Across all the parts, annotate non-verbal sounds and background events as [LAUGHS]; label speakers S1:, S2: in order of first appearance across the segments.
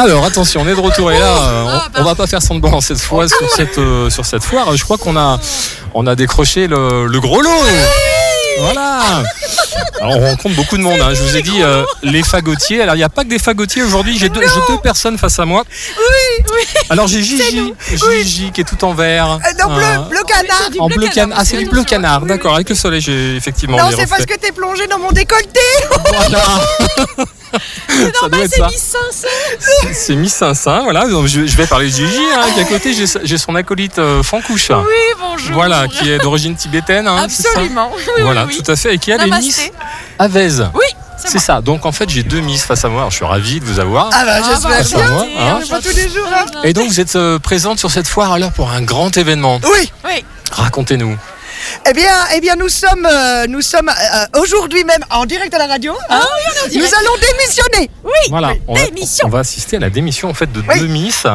S1: Alors attention, on est de retour et là, euh, on, on va pas faire semblant cette fois sur cette euh, sur cette foire. Je crois qu'on a on a décroché le, le gros lot. Voilà. Alors on rencontre beaucoup de monde. hein. Je vous ai dit euh, les fagotiers. Alors il n'y a pas que des fagotiers aujourd'hui. J'ai deux, j'ai deux personnes face à moi.
S2: Oui, oui.
S1: Alors j'ai Gigi, Gigi qui est tout en vert.
S3: Euh, non,
S1: Euh,
S3: bleu, bleu canard.
S1: en bleu canard. Ah c'est du bleu canard. D'accord. Avec le soleil, j'ai effectivement.
S3: Non,
S1: les
S3: c'est parce
S1: reflets.
S3: que t'es plongé dans mon décolleté.
S1: Voilà. ça doit
S2: Normal,
S1: être
S2: bah, c'est
S1: ça.
S2: Miss 500.
S1: C'est- C'est Miss 500, voilà. Donc, je, je vais parler de Gigi, hein, qui à côté, j'ai sa- j'ai son acolyte euh, Fankouche.
S2: Oui, bonjour.
S1: Voilà, qui est d'origine tibétaine. hein, c'est ça
S2: Absolument. Oui, oui,
S1: voilà,
S2: oui.
S1: tout à fait. Et qui elle est
S2: Namasté.
S1: Miss Avez.
S2: Oui,
S1: C'est
S2: c'est
S1: ça. Donc en fait, j'ai deux Miss face à moi. Alors, je suis ravi de vous avoir.
S3: Ah bah,
S1: bah,
S3: j'espère
S1: ça
S3: bien.
S1: va, hein.
S3: On est pas tous les jours, hein.
S1: Et donc, vous êtes euh, présente sur cette foire alors pour un grand événement.
S3: Oui.
S2: Oui,
S1: Racontez-nous.
S3: Eh bien, eh bien, nous sommes, euh, nous sommes euh, aujourd'hui même en direct à la radio. hein. nous
S2: direct.
S3: allons démissionner.
S2: oui.
S1: Voilà, on va,
S2: démission.
S1: on va assister à la démission en fait de
S3: Oui.
S1: deux Miss.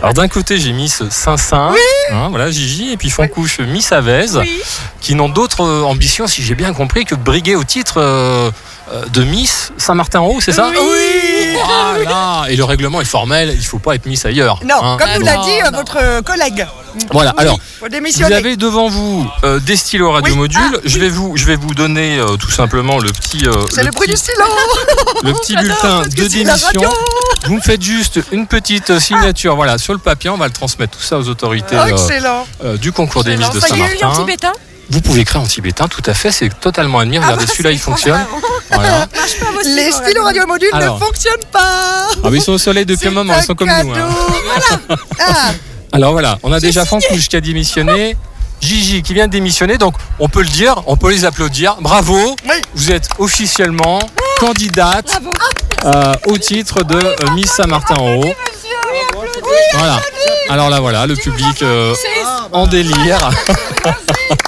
S1: Alors d'un côté, j'ai Miss Saint-Sain, hein, voilà Gigi, et puis Fankouche Miss Avez.
S2: Oui.
S1: qui n'ont d'autres euh, ambitions, si j'ai bien compris, que de briguer au titre euh, euh, de Miss Saint-Martin-en-Haut, c'est ça
S2: Oui.
S1: Voilà Et le règlement est formel, il ne faut pas être Miss ailleurs.
S3: Non,
S1: hein.
S3: comme nous
S2: non,
S3: l'a dit euh,
S2: non.
S3: votre euh, collègue.
S1: Voilà, alors,
S3: Faut
S1: vous
S3: démissionner.
S1: avez devant vous euh, des stylos radio modules.
S3: Ah,
S1: je, vais vous, je vais vous donner euh, tout simplement le petit, euh,
S3: C'est le,
S1: le
S3: bruit du
S1: petit,
S3: stylo.
S1: le petit bulletin
S3: Oh, parce que
S1: de
S3: c'est la
S1: démission.
S3: radio.
S1: Vous me faites juste une petite euh, signature voilà, sur le papier, on va le transmettre tout ça aux autorités
S3: Oh,
S1: euh,
S3: excellent.
S1: euh, du concours des Miss de
S2: Ça y est, en
S1: Saint-Martin.
S2: tibétain.
S1: Vous pouvez écrire en tibétain, tout à fait, c'est totalement admis.
S3: Ah
S1: Regardez,
S3: bah,
S1: celui-là, il fonctionne. Voilà.
S3: Les stylos radio modules ne
S1: Alors.
S3: fonctionnent pas.
S1: Ah, mais ils sont au soleil depuis un moment, ils sont comme nous. hein.
S3: Voilà.
S1: [LAUGHS]
S3: Ah,
S1: Alors voilà, on a déjà Franckouche qui a démissionné, Gigi qui vient de démissionner, donc on peut le dire, on peut les applaudir. Bravo,
S3: oui. Ah,
S1: vous êtes officiellement candidate
S2: Bravo.
S1: euh, au titre de euh, Miss Saint-Martin-en-Haut. Voilà. Alors là, voilà, le public euh,
S2: C'est-
S1: en délire.
S2: On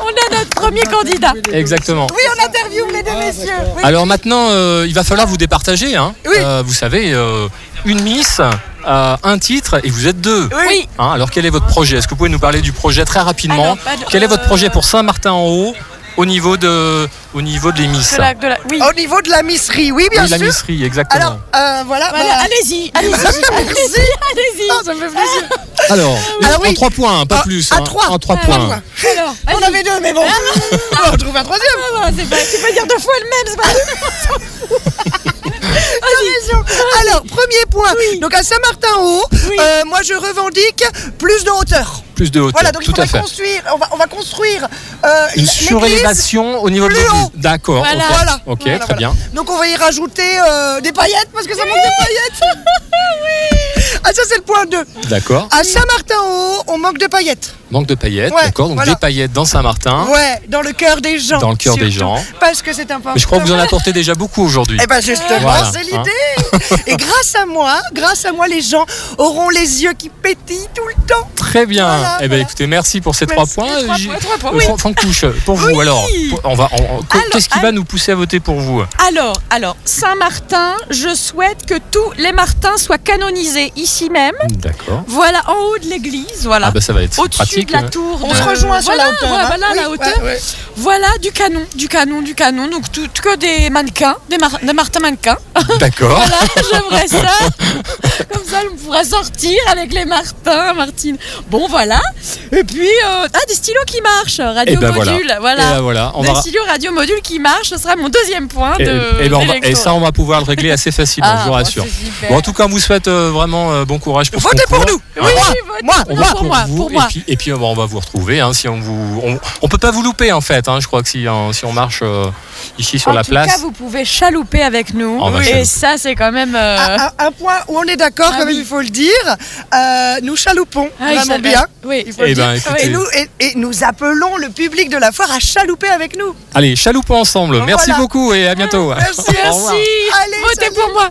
S2: a notre
S3: Ah.
S2: premier candidat.
S1: Exactement.
S3: Oui, on interviewe les deux messieurs. Oui.
S1: Alors maintenant, euh, il va falloir vous départager. Hein.
S3: Oui.
S1: Euh, vous savez, euh, une Miss, euh, un titre, et vous êtes deux.
S2: Oui.
S1: Hein, alors quel est votre projet Est-ce que vous pouvez nous parler du projet très rapidement
S2: Alors, pas de-
S1: Quel est votre
S2: euh,
S1: projet pour Saint-Martin-en-Haut au niveau de au niveau de l'émiss
S2: De la, de la, oui.
S3: Au niveau de la misserie, oui, bien
S1: Oui, la
S3: sûr.
S1: misserie, exactement.
S3: Alors, [LAUGHS]
S1: Alors,
S3: euh, voilà.
S2: Voilà,
S3: bah,
S2: allez-y, allez-y, [LAUGHS] allez-y, allez-y.
S3: Ah, ça me fait plaisir.
S1: en-
S3: oui.
S1: en trois points, hein, pas
S3: Ah,
S1: plus.
S3: à
S1: hein,
S3: trois.
S1: En trois
S2: Ah,
S1: points.
S3: trois.
S2: Alors,
S3: Ah, On
S2: allez-y.
S3: avait deux, mais bon. On va trouver un troisième.
S2: Ah, voilà, c'est pas- tu peux dire deux fois le même, c'est pas
S3: [LAUGHS] Alors, premier point. Donc, à Saint-Martin-Haut,
S2: Oui.
S3: euh, moi, je revendique plus de hauteur.
S1: Plus de hauteur.
S3: Voilà, donc
S1: tout
S3: il
S1: à
S3: faudrait
S1: fait.
S3: construire, on va, on va construire euh,
S1: Une
S3: l'église.
S1: surélévation au niveau de
S3: plus
S1: l'église.
S3: haut.
S1: D'accord.
S2: Voilà.
S1: Ok,
S3: Voilà.
S1: Ok,
S3: Voilà,
S1: très
S3: voilà.
S1: bien.
S3: Donc on va y rajouter euh, des paillettes parce que ça manque de paillettes. oui. Ah ça c'est le point 2.
S1: D'accord.
S3: À Saint-Martin-Haut, on manque de paillettes.
S1: Manque de paillettes.
S3: Ouais,
S1: D'accord. Donc
S3: voilà.
S1: des paillettes dans Saint-Martin.
S3: ouais, dans le cœur des gens.
S1: Hein Dans le cœur des
S3: surtout,
S1: gens.
S3: Parce que c'est important.
S1: Mais je crois que vous en apportez déjà beaucoup aujourd'hui.
S3: Eh ben justement,
S1: Voilà, Hein.
S3: c'est l'idée. Et grâce à moi, grâce à moi, les gens auront les yeux qui pétillent tout le temps.
S1: Très bien.
S3: Voilà,
S1: eh ben,
S3: voilà.
S1: écoutez, merci pour ces
S3: Merci,
S1: trois points.
S2: trois
S1: J-
S2: points, trois points,
S1: euh,
S2: oui.
S1: Fran- Francouche, pour vous, alors, pour- on va, on- on-
S2: Alors,
S1: qu'est-ce qui va
S2: alors-
S1: nous pousser à voter pour vous
S2: Alors, alors, Saint-Martin, je souhaite que tous les Martins soient canonisés ici même.
S1: D'accord.
S2: Voilà, en haut de l'église, voilà.
S1: Ah bah ça va être
S2: Au-dessus
S1: pratique.
S2: de la tour.
S3: On
S2: de-
S3: se rejoint sur
S2: voilà,
S3: la hauteur.
S2: Voilà,
S3: hein.
S2: voilà,
S3: Oui,
S2: la hauteur.
S3: ouais, ouais.
S2: Voilà, du canon, du canon, du canon. Donc, tout, que des mannequins, des, mar- des Martins mannequins. [LAUGHS]
S1: D'accord.
S2: Voilà, j'aimerais ça. Comme ça, on pourra sortir avec les Martins, Martine. Bon, voilà. Et puis, euh, ah, des stylos qui marchent, radio
S1: Eh ben voilà.
S2: module. Voilà.
S1: Et là, voilà, on
S2: des
S1: va.
S2: stylos radio module qui marchent, ce sera mon deuxième point.
S1: Et,
S2: de,
S1: et ben, on va-
S2: d'électro.
S1: et ça, on va pouvoir le régler assez facilement,
S2: Ah,
S1: Eh ben, je vous
S2: bon,
S1: rassure.
S2: c'est super.
S1: Bon, en tout cas, on vous souhaite euh, vraiment euh, bon courage pour ce
S3: Votez pour
S1: concours.
S3: nous.
S2: Oui,
S3: Moi,
S2: oui, votez
S3: moi,
S2: pour,
S1: On vote
S2: pour moi, pour
S1: vous,
S2: moi.
S1: Et puis, et puis, euh, on va vous retrouver. hein, si on vous, on, on peut pas vous louper en fait. hein, je crois que si, hein, si on marche euh, ici sur
S2: en
S1: la
S2: tout
S1: place, Oh, bah,
S2: cas, vous pouvez chalouper avec nous.
S1: On va chalouper.
S2: et ça, c'est quand même. euh,
S3: Un, un- un point où on est d'accord,
S2: Ah
S3: comme
S2: oui.
S3: il faut le dire. Euh, nous chaloupons
S2: ah, il
S3: vraiment
S2: s'appelle-
S3: bien.
S2: Oui, il faut
S1: Eh
S2: le
S1: ben,
S2: dire.
S1: écoutez,
S3: Et nous, et- et nous appelons le public de la foire à chalouper avec nous.
S1: allez, chaloupons ensemble. Merci
S3: Voilà.
S1: beaucoup et à bientôt.
S3: Merci.
S1: [LAUGHS] Au revoir.
S2: Merci.
S3: Allez,
S2: Votez
S3: salut.
S2: pour moi.